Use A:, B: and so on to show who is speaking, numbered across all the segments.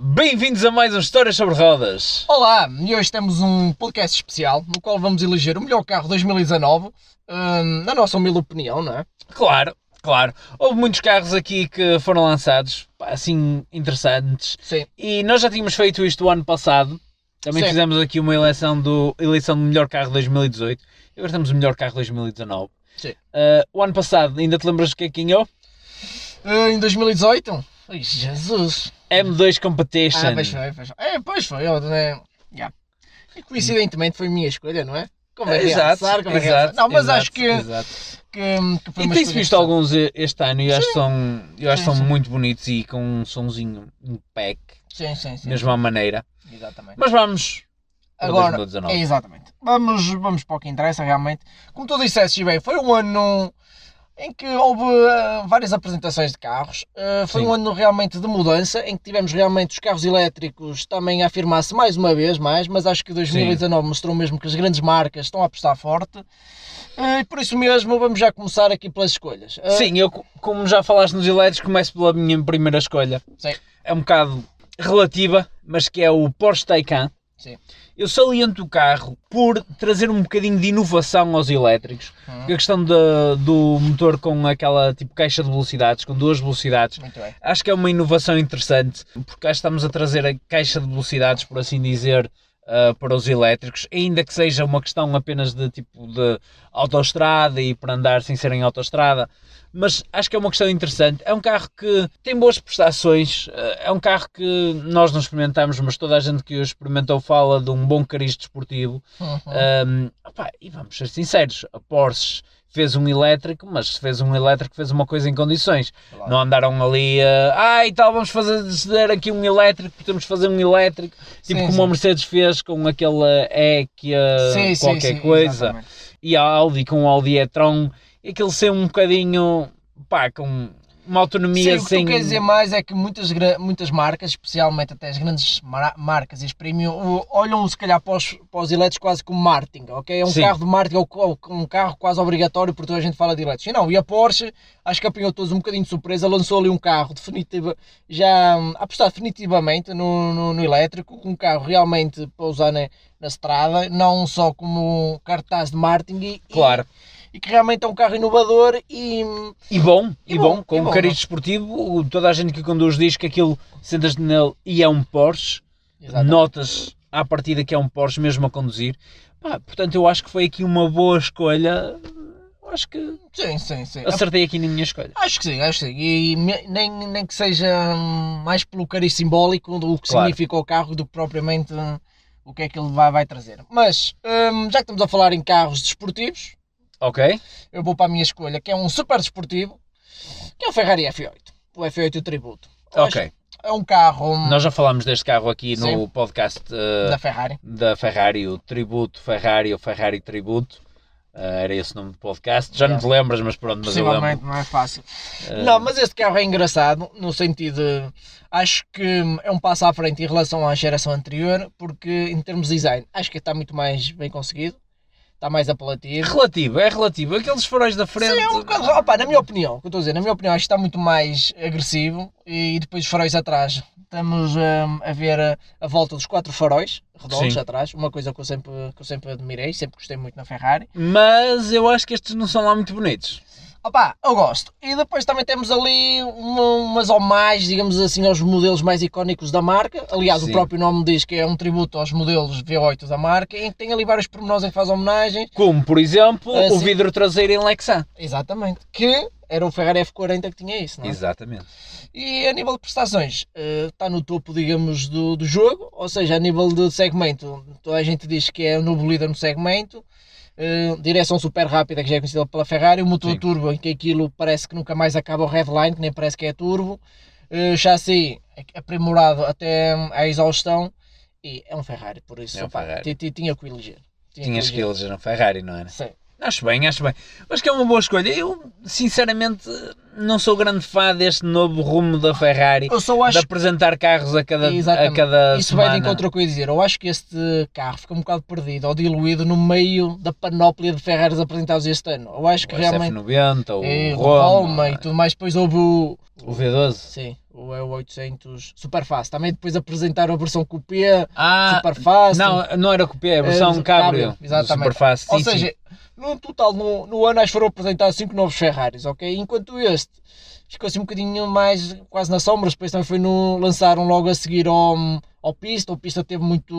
A: Bem-vindos a mais um Histórias sobre Rodas.
B: Olá, e hoje temos um podcast especial no qual vamos eleger o melhor carro 2019, hum, na nossa humilde opinião, não é?
A: Claro, claro. Houve muitos carros aqui que foram lançados, pá, assim, interessantes.
B: Sim.
A: E nós já tínhamos feito isto o ano passado. Também
B: Sim.
A: fizemos aqui uma eleição do, eleição do melhor carro 2018. E agora temos o melhor carro 2019.
B: Sim.
A: Ah, o ano passado, ainda te lembras de quem é que ganhou?
B: Eh, em 2018? Ai, Jesus!
A: M2 Competition.
B: Ah, pois foi, pois foi. É, pois foi, eu, né? Já. E coincidentemente foi a minha escolha, não é? Como é
A: exato,
B: realçar, como é
A: exato,
B: realçar. Não, mas
A: exato,
B: acho que,
A: exato.
B: que, que foi
A: E
B: uma
A: tem-se
B: escolha
A: visto alguns eh, este ano e eu acho que são, eu acho que
B: Sim,
A: são
B: sim.
A: muito bonitos e com um sonzinho, um pack,
B: Sim, sim, sim.
A: mesmo à maneira.
B: Exatamente.
A: Mas vamos para
B: Agora,
A: 2019.
B: É, exatamente. Vamos, vamos para o que interessa realmente. Como tu disseste, bem, foi um ano em que houve ah, várias apresentações de carros. Ah, foi
A: Sim.
B: um ano realmente de mudança, em que tivemos realmente os carros elétricos também a afirmar-se mais uma vez, mais, mas acho que 2019 mostrou mesmo que as grandes marcas estão a apostar forte. Ah, e por isso mesmo, vamos já começar aqui pelas escolhas. Ah,
A: Sim, eu co- como já falaste nos elétricos, começo pela minha primeira escolha.
B: Sim.
A: É um bocado relativa, mas que é o Porsche Taycan.
B: Sim.
A: Eu saliento o carro por trazer um bocadinho de inovação aos elétricos.
B: Hum.
A: Porque A questão da- do motor com aquela tipo caixa de velocidades, com duas velocidades,
B: Muito bem.
A: acho que é uma inovação interessante, porque acho que estamos a trazer a caixa de velocidades, por assim dizer, ah, para os elétricos, ainda que seja uma questão apenas de tipo de autoestrada e para andar sem ser em autoestrada, mas acho que é uma questão interessante. É um carro que tem boas prestações, ah, é um carro que nós não experimentamos, mas toda a gente que o experimentou fala de um bom cariz desportivo.
B: Uhum.
A: Um, opá, e vamos ser sinceros, a Porsche fez um elétrico, mas se fez um elétrico fez uma coisa em condições.
B: Claro.
A: Não andaram ali a, ah, e tal, vamos fazer decidir aqui um elétrico, porque temos de fazer um elétrico, tipo
B: Sim,
A: como a
B: sim.
A: Mercedes fez com aquele E que a
B: Uhum. Sim, sim,
A: qualquer
B: sim,
A: coisa,
B: exatamente.
A: e a Audi com o Audi e-tron, e aquele ser um bocadinho, pá, com uma autonomia assim,
B: Sim, o que
A: sem...
B: tu queres dizer mais é que muitas, gra- muitas marcas, especialmente até as grandes mar- marcas e as premium, o- olham se calhar para os, para os elétricos quase como marketing, ok? É um
A: Sim.
B: carro de marketing, é o- é o- um carro quase obrigatório porque toda a gente fala de elétricos. E não, e a Porsche, acho que apanhou todos um bocadinho de surpresa, lançou ali um carro definitiva, já hum, a apostar definitivamente no, no, no elétrico, um carro realmente para usar na, na estrada, não só como um cartaz de marketing e- e-
A: Claro,
B: e que realmente é um carro inovador e hum,
A: e bom, e,
B: E
A: bom,
B: bom,
A: com
B: e
A: um
B: bom,
A: cariz
B: não?
A: desportivo, toda a gente que conduz diz que aquilo, sentas nele e é um Porsche,
B: Exatamente.
A: notas à partida que é um Porsche mesmo a conduzir. Pá, portanto, eu acho que foi aqui uma boa escolha. Eu Acho que
B: Sim, sim, sim.
A: acertei aqui na minha escolha.
B: Acho que sim, acho que sim. E me- nem, nem que seja hum, mais pelo cariz simbólico do que
A: Claro.
B: significa o carro do que propriamente hum, o que é que ele vai, vai trazer. Mas, hum, já que estamos a falar em carros desportivos,
A: Ok?
B: eu vou para a minha escolha, que é um super desportivo, que é o Ferrari F8. O F8 o tributo. Eu acho
A: Ok.
B: que É um carro hum,
A: Nós já falámos deste carro aqui no
B: Sim.
A: podcast eh,
B: da Ferrari.
A: da Ferrari, o Tributo Ferrari, o Ferrari Tributo. Eh, era esse o nome do podcast. Já não te lembras, mas pronto, mas eu Eh, lembro.
B: Possivelmente não é fácil. Não, mas este carro é engraçado, no sentido de. Acho que é um passo à frente em relação à geração anterior, porque em termos de design, acho que está muito mais bem conseguido, está mais apelativo.
A: Relativo, é relativo. Aqueles faróis da frente.
B: Sim, é um bocado. Opa, na minha opinião, o que eu estou a dizer, na minha opinião, acho que está muito mais agressivo e depois os faróis atrás. Estamos hum, a ver a, a volta dos quatro faróis redondos
A: Sim.
B: atrás, uma coisa que eu, sempre, que eu sempre admirei, sempre gostei muito na Ferrari.
A: Mas eu acho que estes não são lá muito bonitos.
B: Opa, eu gosto. E depois também temos ali uma- umas homagens, digamos assim, aos modelos mais icónicos da marca. Aliás,
A: Sim.
B: o próprio nome diz que é um tributo aos modelos V8 da marca, em que tem ali vários pormenores em que faz homenagens.
A: Como, por exemplo,
B: Ah,
A: o
B: sim.
A: vidro traseiro em Lexan.
B: Exatamente. Que era o Ferrari F40 que tinha isso, não é?
A: Exatamente.
B: E a nível de prestações, eh, está no topo, digamos, do, do jogo, ou seja, a nível de segmento, toda a gente diz que é o novo líder no segmento, eh, direção super rápida que já é conhecida pela Ferrari, o motor
A: Sim.
B: turbo em que aquilo parece que nunca mais acaba o redline, que nem parece que é turbo, eh, chassi aprimorado até à exaustão, e é um Ferrari, por isso
A: É um
B: opá,
A: Ferrari.
B: ti- ti- tinha que o eleger. Tinha
A: Tinhas que
B: eleger.
A: eleger um Ferrari, não era?
B: Sim.
A: Acho bem, acho bem. Acho que é uma boa escolha. Eu, sinceramente, não sou grande fã deste novo rumo da Ferrari.
B: Eu só acho
A: de apresentar carros a cada, a
B: Exatamente.
A: cada
B: Isso
A: semana.
B: vai de encontro ao que eu ia dizer. Eu acho que este carro fica um bocado perdido ou diluído no meio da panóplia de Ferraris apresentados este ano. Eu acho que
A: O
B: realmente.
A: SF90, é o
B: É, o
A: Roma,
B: Roma e tudo mais. Depois houve o.
A: o V12.
B: Sim, o ou é o 800 Superfast. Também depois apresentaram a versão Coupé,
A: Ah,
B: Superfast.
A: não, não era cupê, a versão
B: versão
A: cabrio.
B: cabrio, É, exatamente.
A: Superfast, sim,
B: Ou seja, no total, no, no ano, acho que foram apresentados 5 novos Ferraris, ok? Enquanto este ficou assim um bocadinho mais quase na sombra, depois também foi no. lançaram logo a seguir ao, ao Pista. O Pista teve muito.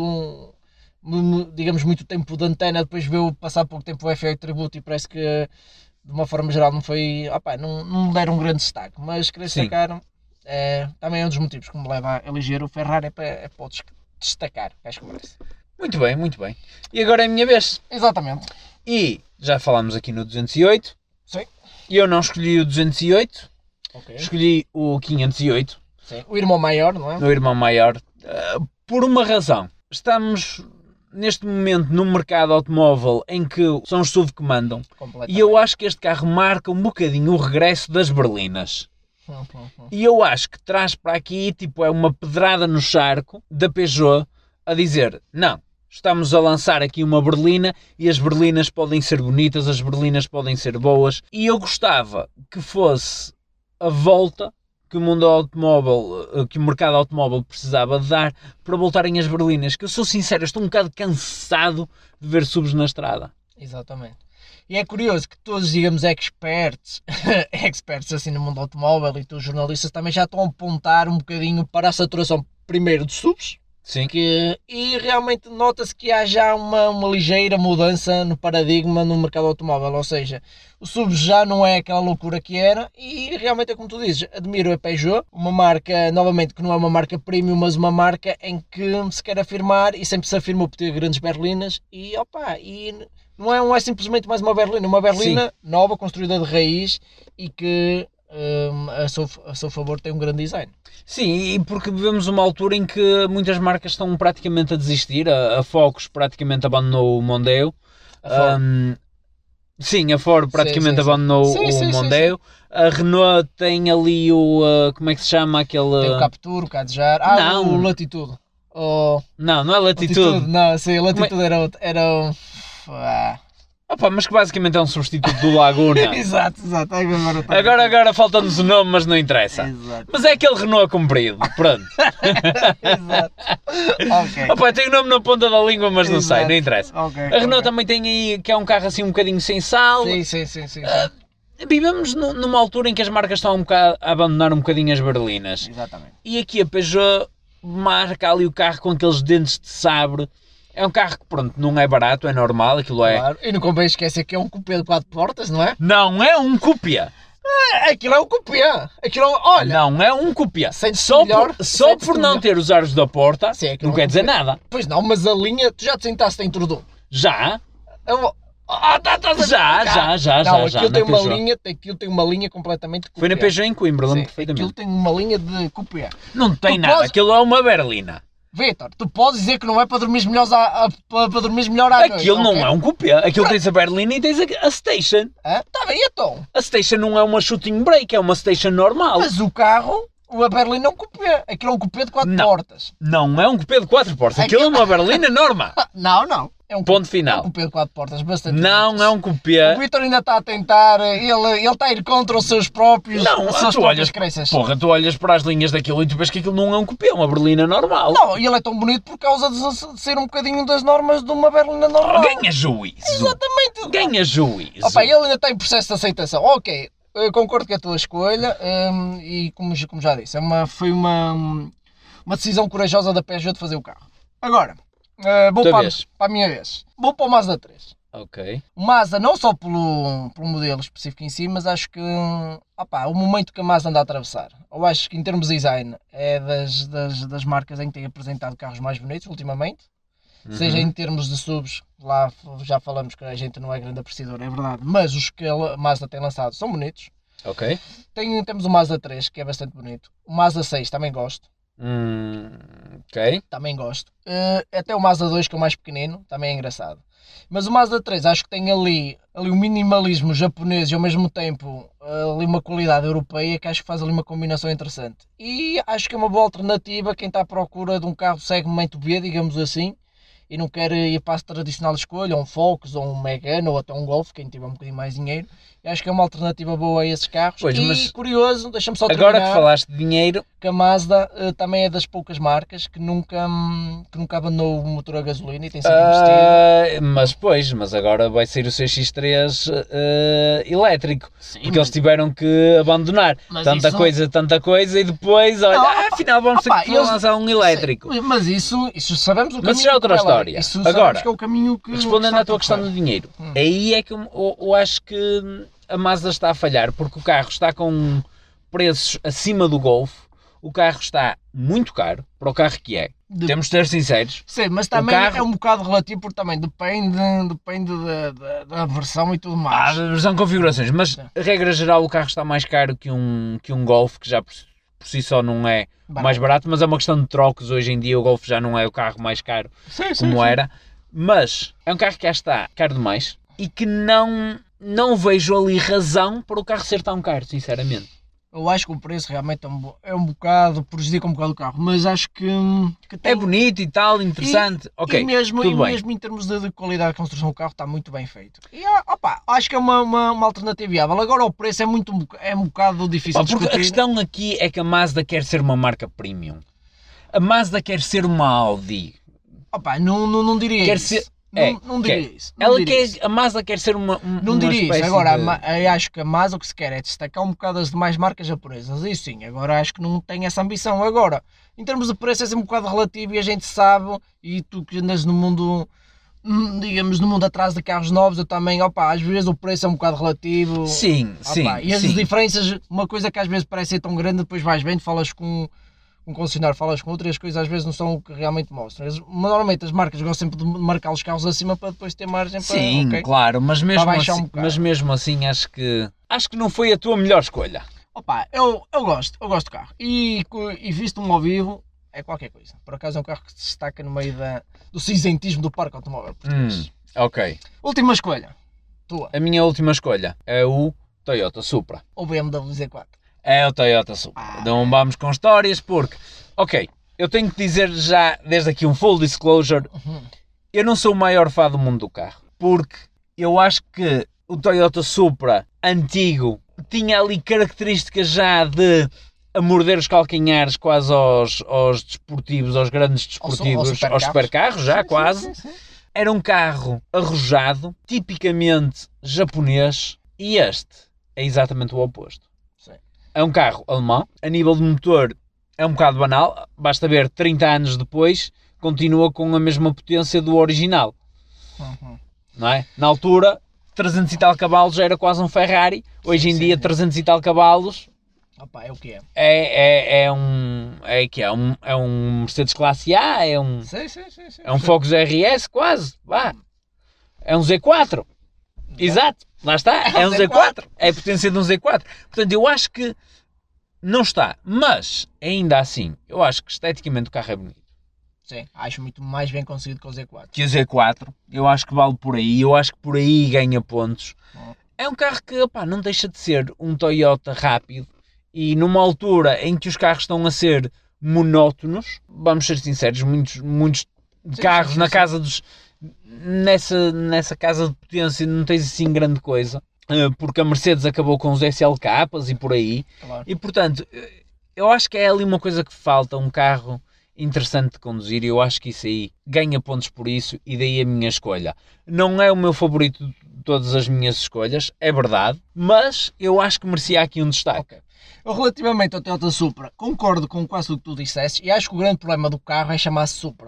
B: mu- mu- digamos, muito tempo de antena, depois veio passar pouco tempo o F8 Tributo e parece que de uma forma geral não foi. opá, não, não deram um grande destaque, mas querer
A: Sim.
B: destacar. eh, também é um dos motivos que me leva a eleger o Ferrari é para, é para o des- destacar, acho que merece.
A: Muito bem, muito bem. E agora é a minha vez.
B: Exatamente.
A: E já falámos aqui no 208.
B: Sim.
A: E eu não escolhi o 208,
B: Ok.
A: escolhi o 508,
B: Sim. O irmão maior, não é?
A: meu irmão maior, eh, por uma razão. Estamos neste momento num mercado automóvel em que são os SUV que mandam. E
B: Completamente.
A: eu acho que este carro marca um bocadinho o regresso das berlinas.
B: Hum, hum, hum.
A: E eu acho que traz para aqui, tipo, é uma pedrada no charco da Peugeot a dizer: não, estamos a lançar aqui uma berlina e as berlinas podem ser bonitas, as berlinas podem ser boas. E eu gostava que fosse a volta que o mundo automóvel, eh, que o mercado automóvel precisava de dar para voltarem as berlinas. Que eu sou sincero, eu estou um bocado cansado de ver subs na estrada.
B: Exatamente. E é curioso que todos, digamos, experts, experts assim no mundo automóvel e todos os jornalistas também já estão a apontar um bocadinho para a saturação primeiro de subs
A: Sim.
B: que, e realmente nota-se que há já uma, uma ligeira mudança no paradigma no mercado automóvel, ou seja, o sub já não é aquela loucura que era e realmente é como tu dizes, admiro a Peugeot, uma marca, novamente, que não é uma marca premium, mas uma marca em que se quer afirmar e sempre se afirmou por ter grandes berlinas e opa, e n- não é, não é simplesmente mais uma berlina, uma berlina nova, construída de raiz e que hum, a, seu, a seu favor tem um grande design.
A: Sim, e porque vivemos uma altura em que muitas marcas estão praticamente a desistir. A, a Focus praticamente abandonou o Mondeo.
B: A forma.
A: Ahm, sim, a Ford praticamente
B: sim, sim.
A: abandonou
B: Sim,
A: o
B: sim, sim,
A: Mondeo. A Renault tem ali o. ah, como é que se chama aquele.
B: Tem o Captur, o Cadejar, ah,
A: Ah. Não.
B: o Latitude. O
A: Não, não é Latitude. é-
B: Latitude, não, sim, Latitude era outro. Era um... Ah.
A: Opa, mas que basicamente é um substituto do Laguna.
B: Exato, exato. Ai, Agora, tá-
A: agora, agora falta-nos o nome, mas não interessa.
B: Exato,
A: Mas é aquele Renault comprido, pronto.
B: exato. ok.
A: Opa, tem o nome na ponta da língua, mas não sei,
B: Exato.
A: não interessa.
B: ok.
A: A Renault também tem aí, que é um carro assim um bocadinho sem sal.
B: Sim, sim, sim, sim. sim.
A: Vivemos nu- numa altura em que as marcas estão um bocado- a abandonar um bocadinho as berlinas.
B: Exatamente.
A: E aqui a Peugeot marca ali o carro com aqueles dentes de sabre. É um carro que, pronto, não é barato, é normal, aquilo é.
B: Claro. E não convém esquecer que é um cupê de quatro portas, não é?
A: Não é um cúpia!
B: É, Aquilo é um cupê. Aquilo é um... Olha,
A: Não é um cúpia!
B: Sente-se
A: Só,
B: melhor,
A: por, só
B: sente-se
A: por não
B: melhor.
A: ter os aros da porta,
B: Sim, aquilo
A: não
B: é
A: quer
B: um
A: dizer nada.
B: pois não, mas a linha... Tu já te sentaste dentro do...
A: Já,
B: Eu... Ah, tá, tá, tá,
A: já, já, já, já.
B: Não,
A: já,
B: aquilo
A: na
B: tem uma
A: Peugeot.
B: linha, aquilo tem uma linha completamente de
A: Foi na
B: cupê.
A: Peugeot em Coimbra, lembro
B: Sim,
A: perfeitamente.
B: Aquilo tem uma linha de cupê.
A: Não tem
B: Tu
A: nada,
B: podes-
A: aquilo é uma berlina.
B: Vitor, tu podes dizer que não é para dormir melhor à, à- para, para dormires melhor à noite.
A: Aquilo não um
B: ok?
A: é um cúpia, aquilo tens a berlina e tens a- a station.
B: Hã? Tá bem, então.
A: A station não é uma shooting break, é uma station normal.
B: Mas o carro, o- a Berlim não copia. Aquilo é um cupê de quatro
A: Não.
B: portas.
A: Não é um cupê de quatro portas. Aquilo é uma berlina normal.
B: Ah, Não, não. É um
A: Ponto
B: é um
A: final.
B: cupê de quatro portas, bastante.
A: Não
B: bonito.
A: é um
B: O
A: cupê.
B: Vitor ainda está a tentar, ele, ele está a ir contra os seus próprios,
A: Não, ah,
B: as suas
A: tu
B: próprias
A: olhas,
B: crenças.
A: porra, tu olhas para as linhas daquilo e tu vês que aquilo não é um cupê, é uma berlina normal.
B: Não, e ele é tão bonito por causa de, de ser um bocadinho das normas de uma berlina normal.
A: Ganha juízo.
B: Exatamente.
A: Ganha juízo.
B: Opa, ele ainda está em processo de aceitação. Ok, eu concordo com a tua escolha hum, e como, já- como já disse, é uma, foi uma, uma decisão corajosa da Peugeot de fazer o carro. Agora, eh, vou
A: Tua
B: para,
A: vez.
B: para a minha vez. Vou para o Mazda 3.
A: Ok.
B: O Mazda não só pelo, pelo modelo específico em si, mas acho que hum, opá, o momento que a Mazda anda a atravessar. Eu acho que em termos de design é das, das, das marcas em que tem apresentado carros mais bonitos ultimamente seja em termos de subs, lá f- já falamos que a gente não é grande apreciador, é verdade, mas os que a Mazda tem lançado são bonitos.
A: Ok.
B: Tem, temos o Mazda 3, que é bastante bonito. O Mazda 6 também gosto,
A: Hum, ok.
B: também gosto. Eh, até o Mazda 2, que é o mais pequenino, também é engraçado. Mas o Mazda 3 acho que tem ali, ali um minimalismo japonês e ao mesmo tempo eh, ali uma qualidade europeia que acho que faz ali uma combinação interessante. E acho que é uma boa alternativa quem está à procura de um carro segmento B, digamos assim, e não quer ir para a tradicional escolha, um Focus ou um Megane ou até um Golf, quem tiver um bocadinho mais dinheiro. Eu acho que é uma alternativa boa a esses carros.
A: Pois,
B: e
A: mas-
B: curioso, deixa-me só
A: Agora que
B: terminar,
A: falaste de dinheiro,
B: que a Mazda eh, também é das poucas marcas que nunca, hum, que nunca abandonou o motor a gasolina e tem sempre investido.
A: ah, mas pois, mas agora vai sair o CX3 ah, elétrico,
C: Sim,
A: porque eles tiveram que abandonar
C: mas
A: tanta
C: isso-
A: coisa, tanta coisa e depois, olha,
B: Não,
A: ah, afinal vamos ter
B: opá,
A: que
B: eles-
A: lançar um elétrico.
B: Sim, Mas isso, isso sabemos o caminho.
A: Mas isso já é outra
B: que vai lá.
A: história.
B: Isso sabemos
A: Agora,
B: que é o caminho que.
A: Respondendo
B: que está
A: à tua
B: a
A: questão
B: percorrer.
A: do dinheiro,
B: Hum.
A: aí é que eu, eu- eu acho que a Mazda está a falhar, porque o carro está com preços acima do Golf, o carro está muito caro para o carro que é.
B: De-
A: Temos de ser sinceros.
B: Sim, mas também
A: carro-
B: é um bocado relativo porque também depende, depende da, da, da versão e tudo
A: Ah,
B: mais.
A: são configurações, mas
B: Sim.
A: regra geral o carro está mais caro que um, que um Golf, que já por, si- por si só não é o
B: Bem,
A: mais barato, mas é uma questão de trocos. Hoje em dia o Golf já não é o carro mais caro
B: sim, sim,
A: como
B: sim.
A: era, mas é um carro que já está caro demais e que não, não vejo ali razão para o carro ser tão caro, sinceramente.
B: Eu acho que o preço realmente é um, bo- é um bocado, prejudica um bocado o carro, mas acho que, hum, que tem.
A: É bonito e tal, interessante. ok,
B: e mesmo,
A: tudo
B: e
A: bem.
B: mesmo em termos de, de qualidade de construção do carro está muito bem feito. E ah, opa, acho que é uma, uma, uma alternativa viável. Agora o preço é, muito, um boca- é um bocado difícil
A: Pá,
B: de
A: porque a
B: discutir.
A: questão aqui é que a Mazda quer ser uma marca premium. A Mazda quer ser uma Audi.
B: Opa, não, não, não diria
A: Quer
B: isso.
A: ser-
B: Não,
A: é,
B: não
A: quer.
B: diria isso. não
A: Ela
B: diria
A: quer,
B: isso.
A: a Mazda quer ser uma. um-
B: Não
A: uma
B: diria isso.
A: espécie
B: Agora,
A: de-
B: a Ma- eu acho que a Mazda o que se quer é destacar um bocado as demais marcas japonesas. Isso sim, agora acho que não tem essa ambição. Agora, em termos de preço, é sempre um bocado relativo e a gente sabe, e tu que andas no mundo, hum, digamos, no mundo atrás de carros novos, eu também, opa, às vezes o preço é um bocado relativo.
A: Sim,
B: Opa,
A: sim.
B: Ah, E as
A: sim.
B: diferenças, uma coisa que às vezes parece ser tão grande, depois vais vendo, falas com um concessionário, falas com outras coisas, às vezes não são o que realmente mostram. Eles- Normalmente as marcas gostam sempre de marcar os carros acima para depois ter margem para.
A: Sim,
B: ok.
A: claro, mas mesmo,
B: baixar um
A: assim,
B: bocado.
A: mas mesmo assim acho que acho que não foi a tua melhor escolha.
B: Opa, eu, eu gosto, eu gosto do carro. E, co- e visto-me ao vivo, é qualquer coisa. Por acaso é um carro que se destaca no meio da, do cinzentismo do parque automóvel português.
A: Hum, Ok.
B: Última escolha, tua,
A: A minha última escolha é o Toyota Supra.
B: ou BMW Z4.
A: É o Toyota Supra.
B: Ah.
A: Não vamos com histórias porque. Ok, eu tenho que dizer já desde aqui um full disclosure
B: Uhum.
A: eu não sou o maior fã do mundo do carro, porque eu acho que o Toyota Supra antigo tinha ali características já de a morder os calcanhares quase aos, aos desportivos, aos grandes
B: Ao su-
A: desportivos,
B: aos
A: aos supercarros já
B: Sim, sim,
A: quase.
B: sim, sim.
A: Era um carro arrojado, tipicamente japonês, e este é exatamente o oposto.
B: Sim.
A: É um carro alemão, a nível de motor é um bocado banal, basta ver 30 anos depois, continua com a mesma potência do original
B: Uhum.
A: não é? Na altura, 300 e tal cavalos já era quase um Ferrari, hoje em
B: Sim,
A: dia
B: sim.
A: 300 e tal cavalos
B: Opa, é o que é.
A: é, é, é um é que é um, é um Mercedes classe A, é um
B: Sim, sim, sim, sim,
A: é um
B: sim.
A: Focus RS quase, vá. É um Z4. Exato, lá está, é um Z4, é a potência de um Z4. Portanto, eu acho que não está, mas ainda assim, eu acho que esteticamente o carro é bonito.
B: Sim, acho muito mais bem conseguido que o Z4.
A: que a Z4, eu acho que vale por aí, eu acho que por aí ganha pontos.
B: Bom.
A: É um carro que opá, não deixa de ser um Toyota rápido e numa altura em que os carros estão a ser monótonos, vamos ser sinceros, muitos, muitos
B: sim,
A: carros
B: sim,
A: na
B: sim.
A: casa dos. Nessa, nessa casa de potência não tens assim grande coisa, eh, porque a Mercedes acabou com os SLKs e por aí.
B: Claro.
A: E portanto, eh, eu acho que é ali uma coisa que falta, um carro interessante de conduzir, e eu acho que isso aí ganha pontos por isso, e daí a minha escolha. Não é o meu favorito de todas as minhas escolhas, é verdade, mas eu acho que merecia aqui um destaque.
B: Ok. Eu, Relativamente ao Toyota Supra, concordo com quase o que tu disseste e acho que o grande problema do carro é chamar-se Supra.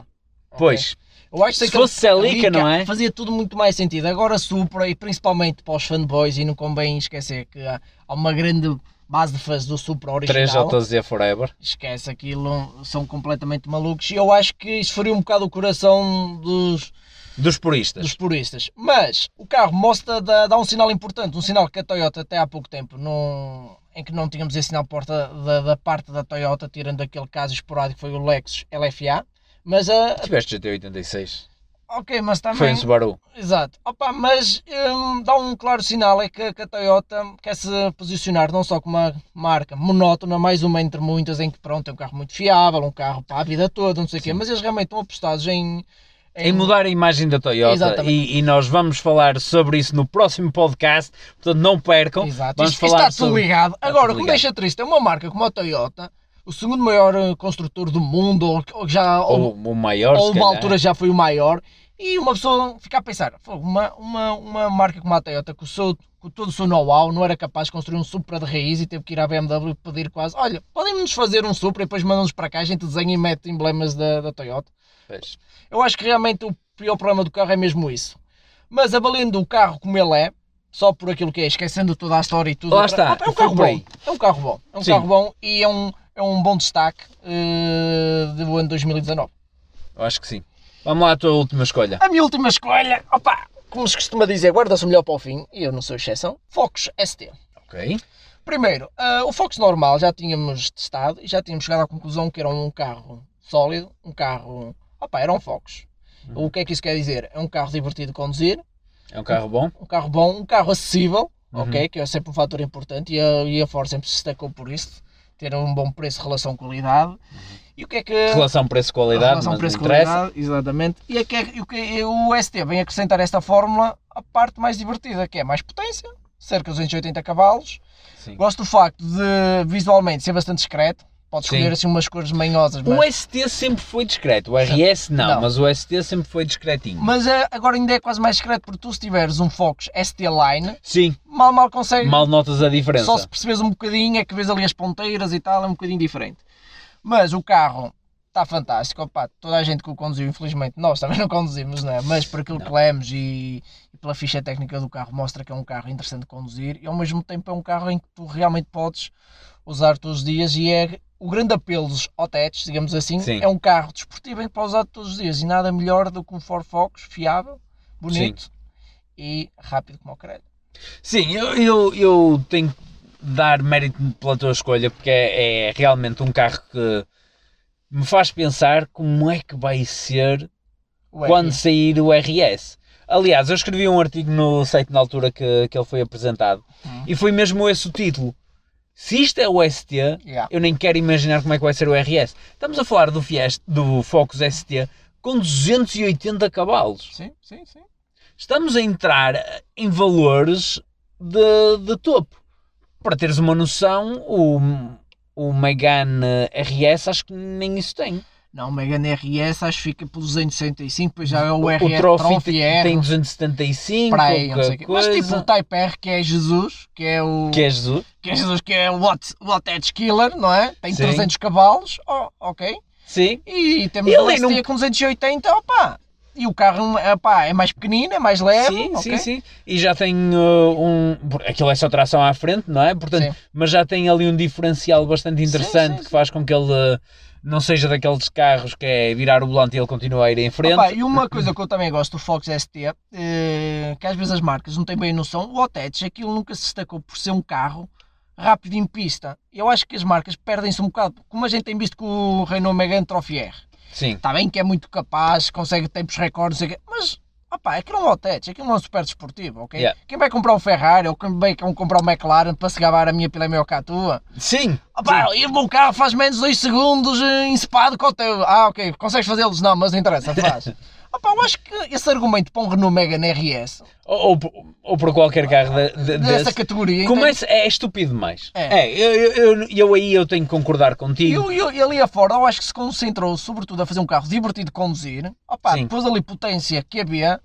B: Ok?
A: Pois,
B: Eu acho
A: se
B: que aquele-
A: fosse Celica, não é?
B: Fazia tudo muito mais sentido. Agora Supra, e principalmente para os fanboys, e não convém esquecer que há há uma grande base de fãs do Supra original.
A: 3JZ Forever.
B: Esquece aquilo, são completamente malucos. E eu acho que isso faria um bocado o coração dos,
A: Dos puristas.
B: dos puristas. Mas o carro mostra, dá, dá um sinal importante, um sinal que a Toyota até há pouco tempo, não, em que não tínhamos esse sinal porta da, da parte da Toyota, tirando aquele caso esporádico que foi o Lexus LFA. Mas a.
A: Tiveste GT86.
B: Ok, mas também.
A: Foi um Subaru.
B: Exato. Opa, mas hum, dá um claro sinal é que, que a Toyota quer se posicionar não só como uma marca monótona, mais uma entre muitas, em que pronto, é um carro muito fiável, um carro para a vida toda, não sei o quê, mas eles realmente estão apostados em,
A: em mudar a imagem da Toyota
B: Exatamente.
A: e, e nós vamos falar sobre isso no próximo podcast, portanto não percam.
B: Exato,
A: Então, Vamos
B: isto, isto
A: falar
B: está tudo
A: sobre-
B: ligado.
A: tudo
B: Agora, o que me
A: ligado.
B: deixa triste é uma marca como a Toyota, o segundo maior eh, construtor do mundo, ou, ou já,
A: Ou
B: ou,
A: o maior,
B: ou
A: se
B: uma
A: calhar.
B: altura já foi o maior, e uma pessoa fica a pensar, "Fogo, uma, uma, uma marca como a Toyota, com, o seu, com todo o seu know-how, não era capaz de construir um Supra de raiz e teve que ir à BMW pedir quase, olha, podem-nos fazer um Supra e depois mandam-nos para cá, a gente desenha e mete emblemas da, da Toyota.
A: Pois.
B: Eu acho que realmente o pior problema do carro é mesmo isso. Mas avaliando o carro como ele é, só por aquilo que é, esquecendo toda a história e tudo.
A: Lá
B: outra-
A: está,
B: é um
A: foi
B: carro
A: por
B: bom.
A: aí.
B: É um carro bom. É um
A: Sim.
B: carro bom e é um, é um bom destaque eh, do ano 2019.
A: Eu acho que sim. Vamos lá à tua última escolha.
B: A minha última escolha, opa, como se costuma dizer, guarda-se o melhor para o fim, e eu não sou exceção, Focus ST.
A: Ok.
B: Primeiro, ah, o Focus normal já tínhamos testado e já tínhamos chegado à conclusão que era um carro sólido, um carro. Opa, era um Focus.
A: Uhum.
B: O que é que isso quer dizer? É um carro divertido de conduzir,
A: É um carro bom.
B: um carro bom, um carro acessível,
A: Uhum.
B: ok? Que é sempre um fator importante e a, e a Ford sempre se destacou por isso, ter um bom preço, relação, qualidade. E o que é que.
A: Relação preço-qualidade, mas
B: relação
A: não interessa.
B: preço-qualidade, exatamente. E, é que, é- e o que e o ST vem acrescentar a esta fórmula a parte mais divertida, que é mais potência, cerca de 280 cavalos.
A: Sim.
B: Gosto do facto de visualmente ser bastante discreto, pode
A: Sim. Um
B: escolher assim umas cores manhosas, mas.
A: O ST sempre foi discreto, o RS não,
B: Não.
A: mas o ST sempre foi discretinho.
B: Mas eh, agora ainda é quase mais discreto, porque tu se tiveres um Focus ST Line,
A: Sim,
B: mal mal consegue
A: mal notas a diferença.
B: Só se percebes um bocadinho é que vês ali as ponteiras e tal, é um bocadinho diferente. Mas o carro está fantástico, opá, toda a gente que o conduziu, infelizmente nós também não conduzimos, não é? Mas por aquilo que
A: Não.
B: lemos e, e pela ficha técnica do carro mostra que é um carro interessante de conduzir e ao mesmo tempo é um carro em que tu realmente podes usar todos os dias e é o grande apelo dos Otetes, digamos assim,
A: Sim.
B: é um carro desportivo em que podes usar todos os dias e nada melhor do que um Ford Focus fiável, bonito e rápido como o credo.
A: Sim, eu, eu, eu tenho que dar mérito pela tua escolha porque é, é realmente um carro que me faz pensar como é que vai ser
B: O
A: quando
B: RS.
A: sair o RS. Aliás, eu escrevi um artigo no site na altura que, que ele foi apresentado
B: Hum.
A: e foi mesmo esse o título. Se isto é o ST,
B: Yeah.
A: Eu nem quero imaginar como é que vai ser o RS. Estamos a falar do Fiesta, do Focus ST com 280 cavalos.
B: Sim, sim, sim.
A: Estamos a entrar em valores de, de topo. Para teres uma noção, o, o Megane RS acho que nem isso tem.
B: Não, o Megane RS acho que fica pelos 265, pois já é o RS
A: o
B: Trophy,
A: Trophy te-
B: R,
A: tem 275,
B: para aí, é um não sei
A: qualquer
B: o quê. Mas
A: coisa.
B: tipo o Type R que é Jesus, que é o
A: que é Jesus.
B: que é Jesus que é o What, what Edge Killer, não é? Tem
A: Sim.
B: 300 cavalos, ó, ok.
A: Sim.
B: E temos
A: Ele é
B: o
A: ainda
B: ST
A: não-
B: com 280, opa. E o carro opa, é mais pequenino, é mais leve,
A: sim, sim,
B: ok.
A: sim. E já tem uh, um. Aquilo é só tração à frente, não é? Portanto,
B: Sim.
A: mas já tem ali um diferencial bastante interessante
B: sim,
A: que
B: sim.
A: faz com que ele uh, não seja daqueles carros que é virar o volante e ele continua a ir em frente.
B: Opa, e uma coisa que eu também gosto do Fox ST, eh, que às vezes as marcas não têm bem noção, o Otech, aquilo nunca se destacou por ser um carro rápido em pista. Eu acho que as marcas perdem-se um bocado, como a gente tem visto com o Renault Megane Trophy R.
A: Sim,
B: Está bem que é muito capaz, consegue tempos recordes, não sei o quê, mas opa, aquilo é um Otech, aquilo não é um super desportivo, ok?
A: Yeah.
B: Quem vai comprar um Ferrari ou quem vai comprar um McLaren para se gabar a minha pela melhor que a tua?
A: sim,
B: Opa, e o meu carro faz menos 2 segundos eh, encepado com o teu. Ah, ok, consegues fazê-los? Não, mas não interessa, faz. Opa, eu acho que esse argumento para um Renault Megane RS,
A: Ou, ou, por- ou por qualquer carro de, de,
B: dessa
A: desse.
B: categoria. então, entende?
A: Começa, é estúpido demais.
B: É.
A: eu, eu, eu, eu aí eu tenho é que concordar
B: E
A: contigo.
B: eu- eu- e ali a Ford, eu acho que se concentrou sobretudo a fazer um carro divertido de conduzir. Opa,
A: Sim.
B: depois ali potência que havia,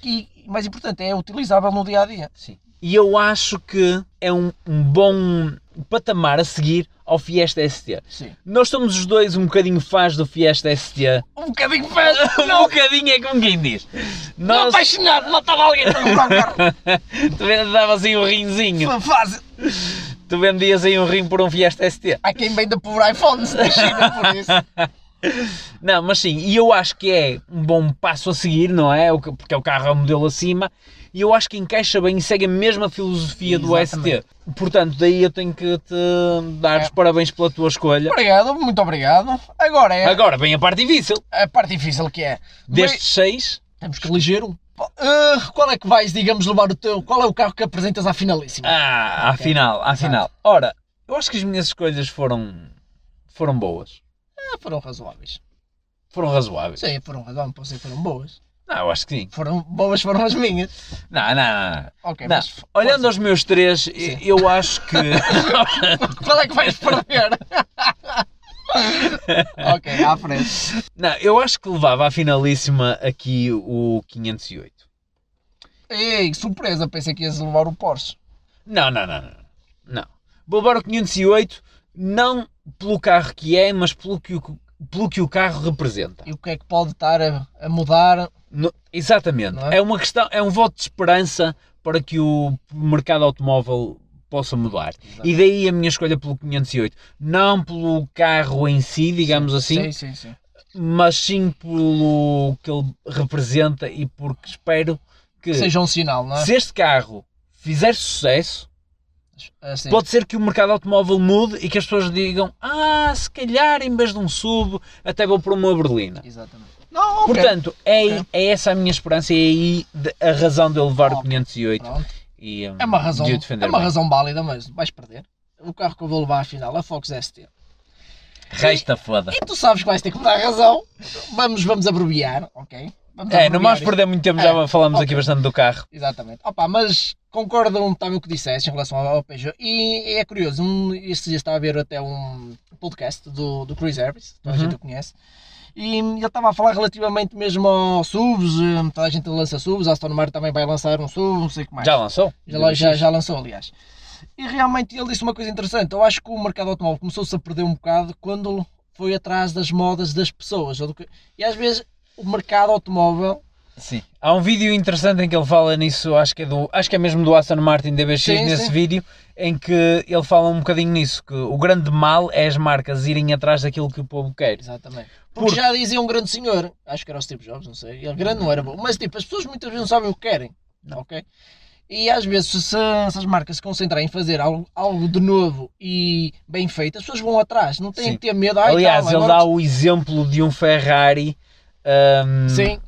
B: que mais importante é utilizável no dia a dia.
A: Sim. E eu acho que é um, um bom patamar a seguir ao Fiesta ST.
B: Sim.
A: Nós somos os dois um bocadinho fãs do Fiesta ST.
B: Um bocadinho fez,
A: um
B: não,
A: bocadinho é como quem diz.
B: não
A: Nós
B: apaixonado, matava alguém para comprar um carro.
A: tu vendas- davas aí um rinzinho.
B: Foi Fácil.
A: Tu vendias aí um rim por um Fiesta ST.
B: Há quem venda por iPhones da China por isso.
A: Não, mas sim, e eu acho que é um bom passo a seguir, não é? O que- Porque o carro é um modelo acima. E eu acho que encaixa bem e segue a mesma filosofia do
B: Exatamente.
A: ST. Portanto, daí eu tenho que te dar os
B: É.
A: parabéns pela tua escolha.
B: Obrigado, muito obrigado. Agora é
A: Agora vem a parte difícil.
B: a parte difícil que é.
A: Destes seis,
B: Mas Temos que eleger um. Ah, qual é que vais, digamos, levar o teu? Qual é o carro que apresentas à finalíssima?
A: ah,
B: Ok.
A: afinal,
B: Exato.
A: afinal. Ora, eu acho que as minhas escolhas foram, foram boas.
B: Ah, foram razoáveis.
A: Foram razoáveis.
B: Sim, foram razoáveis, posso dizer que foram boas.
A: Não, eu acho que sim.
B: Foram boas, foram as minhas.
A: Não, não, não. não.
B: Ok,
A: Não,
B: mas
A: Olhando aos meus três, eu acho que.
B: qual é que vais perder? ok, à frente.
A: não, eu acho que levava à finalíssima aqui o 508.
B: Ei, surpresa, pensei que ias levar o Porsche.
A: Não, não, não, não. Não. Vou levar o 508, não pelo carro que é, mas pelo que o, pelo que o carro representa.
B: E o que é que pode estar a, a mudar?
A: No- exatamente.
B: Não
A: É?
B: é?
A: uma questão, é um voto de esperança para que o mercado automóvel possa mudar.
B: Exato.
A: E daí a minha escolha pelo 508. Não pelo carro em si, digamos assim,
B: Sim, sim, sim.
A: mas sim pelo que ele representa e porque espero que
B: Seja um sinal, não é?
A: se este carro fizer sucesso,
B: Assim.
A: pode ser que o mercado automóvel mude e que as pessoas digam: "Ah, se calhar em vez de um SUV, até vou para uma berlina".
B: Exatamente. Não, ok.
A: Portanto, é, aí-
B: Ok.
A: é essa a minha esperança e é aí de- a razão de eu levar o
B: Ok.
A: 508
B: Pronto.
A: e hum,
B: É uma razão,
A: de o defender
B: é uma
A: bem.
B: razão válida, mas vais perder. O carro que eu vou levar à final é a Fox ST.
A: Resta tá foda.
B: E tu sabes que vais ter que me dar razão. Vamos, vamos abreviar, ok? Vamos
A: É, não vamos
B: abreviar
A: perder muito tempo,
B: É,
A: já falámos aqui
B: ok.
A: bastante do carro.
B: Exatamente. Opa, mas concordo um também o que disseste em relação ao ao Peugeot. E é curioso, um, este dia estava a ver até um podcast do, do Chris Harris, que toda
A: Uhum.
B: a gente o conhece. E ele estava a falar relativamente mesmo aos subs, eh, toda a gente lança subs, a Aston Martin também vai lançar um sub, não sei o que mais.
A: Já lançou?
B: Já, lá- já, já lançou, aliás. E realmente ele disse uma coisa interessante. Eu acho que o mercado automóvel começou-se a perder um bocado quando foi atrás das modas das pessoas. ou do que- E às vezes o mercado automóvel.
A: Sim. Há um vídeo interessante em que ele fala nisso, acho que é, do, acho que é mesmo do Aston Martin DBX
B: Sim,
A: nesse
B: sim.
A: vídeo, em que ele fala um bocadinho nisso, que o grande mal é as marcas irem atrás daquilo que o povo quer.
B: Exatamente. Porque,
A: Porque-
B: já dizia um grande senhor, acho que era o Steve Jobs, não sei. Ele grande não era bom. Mas tipo, as pessoas muitas vezes não sabem o que querem.
A: Não.
B: Ok? E às vezes, se, se as marcas se concentrarem em fazer algo, algo de novo e bem feito, as pessoas vão atrás, não têm
A: Sim.
B: que ter medo. "Ai,
A: Aliás,
B: tal,
A: ele
B: agora
A: dá o exemplo de um Ferrari, hum,
B: Sim,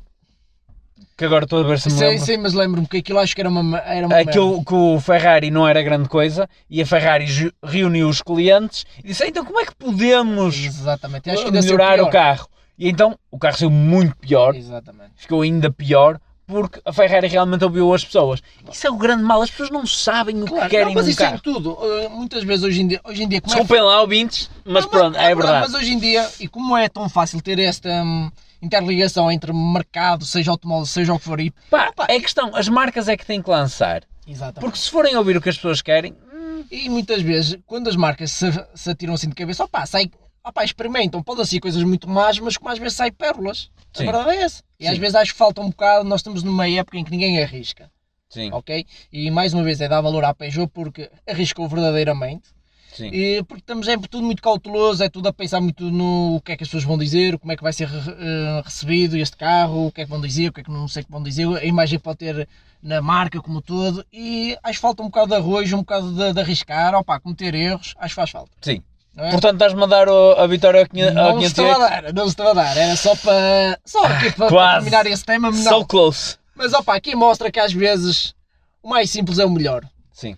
A: que agora estou a ver se me
B: sim,
A: lembro.
B: sim, mas lembro-me que aquilo acho que era uma. Era uma merda.
A: Aquilo É que o Ferrari não era grande coisa e a Ferrari ju- reuniu os clientes e disse: então como é que podemos
B: Exatamente. Acho que ainda
A: melhorar
B: saiu
A: o
B: pior.
A: carro? E então o carro saiu muito pior,
B: Exatamente.
A: ficou ainda pior porque a Ferrari realmente ouviu as pessoas. Isso é o grande mal, as pessoas não sabem o que
B: Claro,
A: querem
B: não, mas
A: num
B: isso é em
A: carro.
B: tudo. Uh, muitas vezes hoje em dia, hoje em dia como é
A: Desculpem lá, ouvintes, mas
B: Não,
A: pronto, é verdade.
B: Mas hoje em dia, e como é tão fácil ter esta hum, interligação entre mercado, seja automóvel, seja o que for, e...
A: Pá, é questão, as marcas é que têm que lançar.
B: Exatamente.
A: Porque se forem ouvir o que as pessoas querem,
B: E muitas vezes, quando as marcas se, se atiram assim de cabeça, opá, sai, opá, experimentam, podem ser coisas muito más, mas como às vezes sai pérolas.
A: Sim.
B: A verdade é essa. E às
A: Sim.
B: vezes acho que falta um bocado, nós estamos numa época em que ninguém arrisca,
A: sim,
B: ok? E mais uma vez é dar valor à Peugeot porque arriscou verdadeiramente.
A: sim.
B: E porque estamos é tudo muito cauteloso, é tudo a pensar muito no que é que as pessoas vão dizer, como é que vai ser re- eh, recebido este carro, o que é que vão dizer, o que é que não sei o que vão dizer, a imagem que pode ter na marca como um todo, e acho que falta um bocado de arrojo, um bocado de, de arriscar, opá, cometer erros, acho que faz falta.
A: Sim.
B: Não é?
A: Portanto, estás-me a dar o- a vitória ao quinhe- ao
B: não se estava a
A: 508.
B: dar, não se estava a dar, era só para, só aqui para,
A: Ah, quase.
B: para terminar esse tema, mas
A: So
B: não.
A: close.
B: mas opá, aqui mostra que às vezes o mais simples é o melhor.
A: Sim.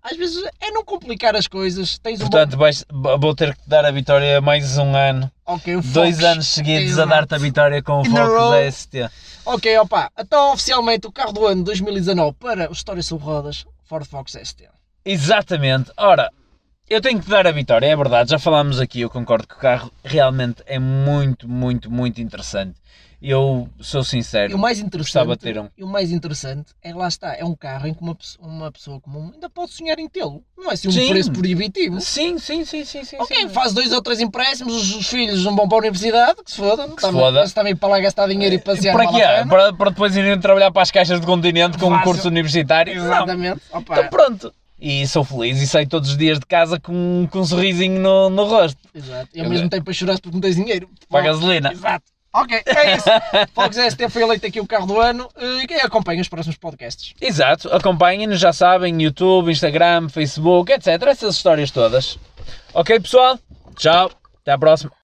B: Às vezes é não complicar as coisas, tens um
A: Portanto, vais- b- vou ter que te dar a vitória mais um ano.
B: bom... Ok, o
A: Dois
B: Fox. um
A: anos seguidos a
B: Exato.
A: dar-te a vitória com o
B: In a
A: Focus
B: row.
A: AST.
B: Ok, opa, então oficialmente o carro do ano 2019 para o História sobre Rodas Ford Fox ST.
A: Exatamente. Ora, eu tenho que te dar a vitória, é verdade. Já falámos aqui, eu concordo que o carro realmente é muito, muito, muito interessante. Eu sou
B: E o
A: sincero.
B: mais
A: Gostava
B: interessante,
A: de ter um.
B: e o mais interessante é lá está, é um carro em que uma, pesso- uma pessoa comum ainda pode sonhar em tê-lo. Não é assim um
A: Sim.
B: preço proibitivo.
A: Sim, sim, sim, sim, sim.
B: Ok,
A: sim.
B: faz dois ou três empréstimos, os, os filhos não vão para a universidade, que se foda, que
A: se foda. Eh,
B: também para lá gastar dinheiro e passear
A: Para
B: não
A: quê?
B: vale a pena.
A: Para, para depois irem trabalhar para as caixas do continente com um
B: Fácil.
A: curso universitário? Não.
B: Exatamente. Opa,
A: Então pronto. E sou feliz e saio todos os dias de casa com, com um sorrisinho no, no rosto.
B: exato. E ao mesmo tempo para chorar porque não tens dinheiro.
A: Para a gasolina.
B: Exato. Ok, é isso. Fox ST foi eleito aqui o carro do ano eh, e quem acompanha os próximos podcasts.
A: Exato, acompanhem-nos, já sabem, YouTube, Instagram, Facebook, etc. Essas histórias todas. Ok, pessoal? Tchau, até à próxima.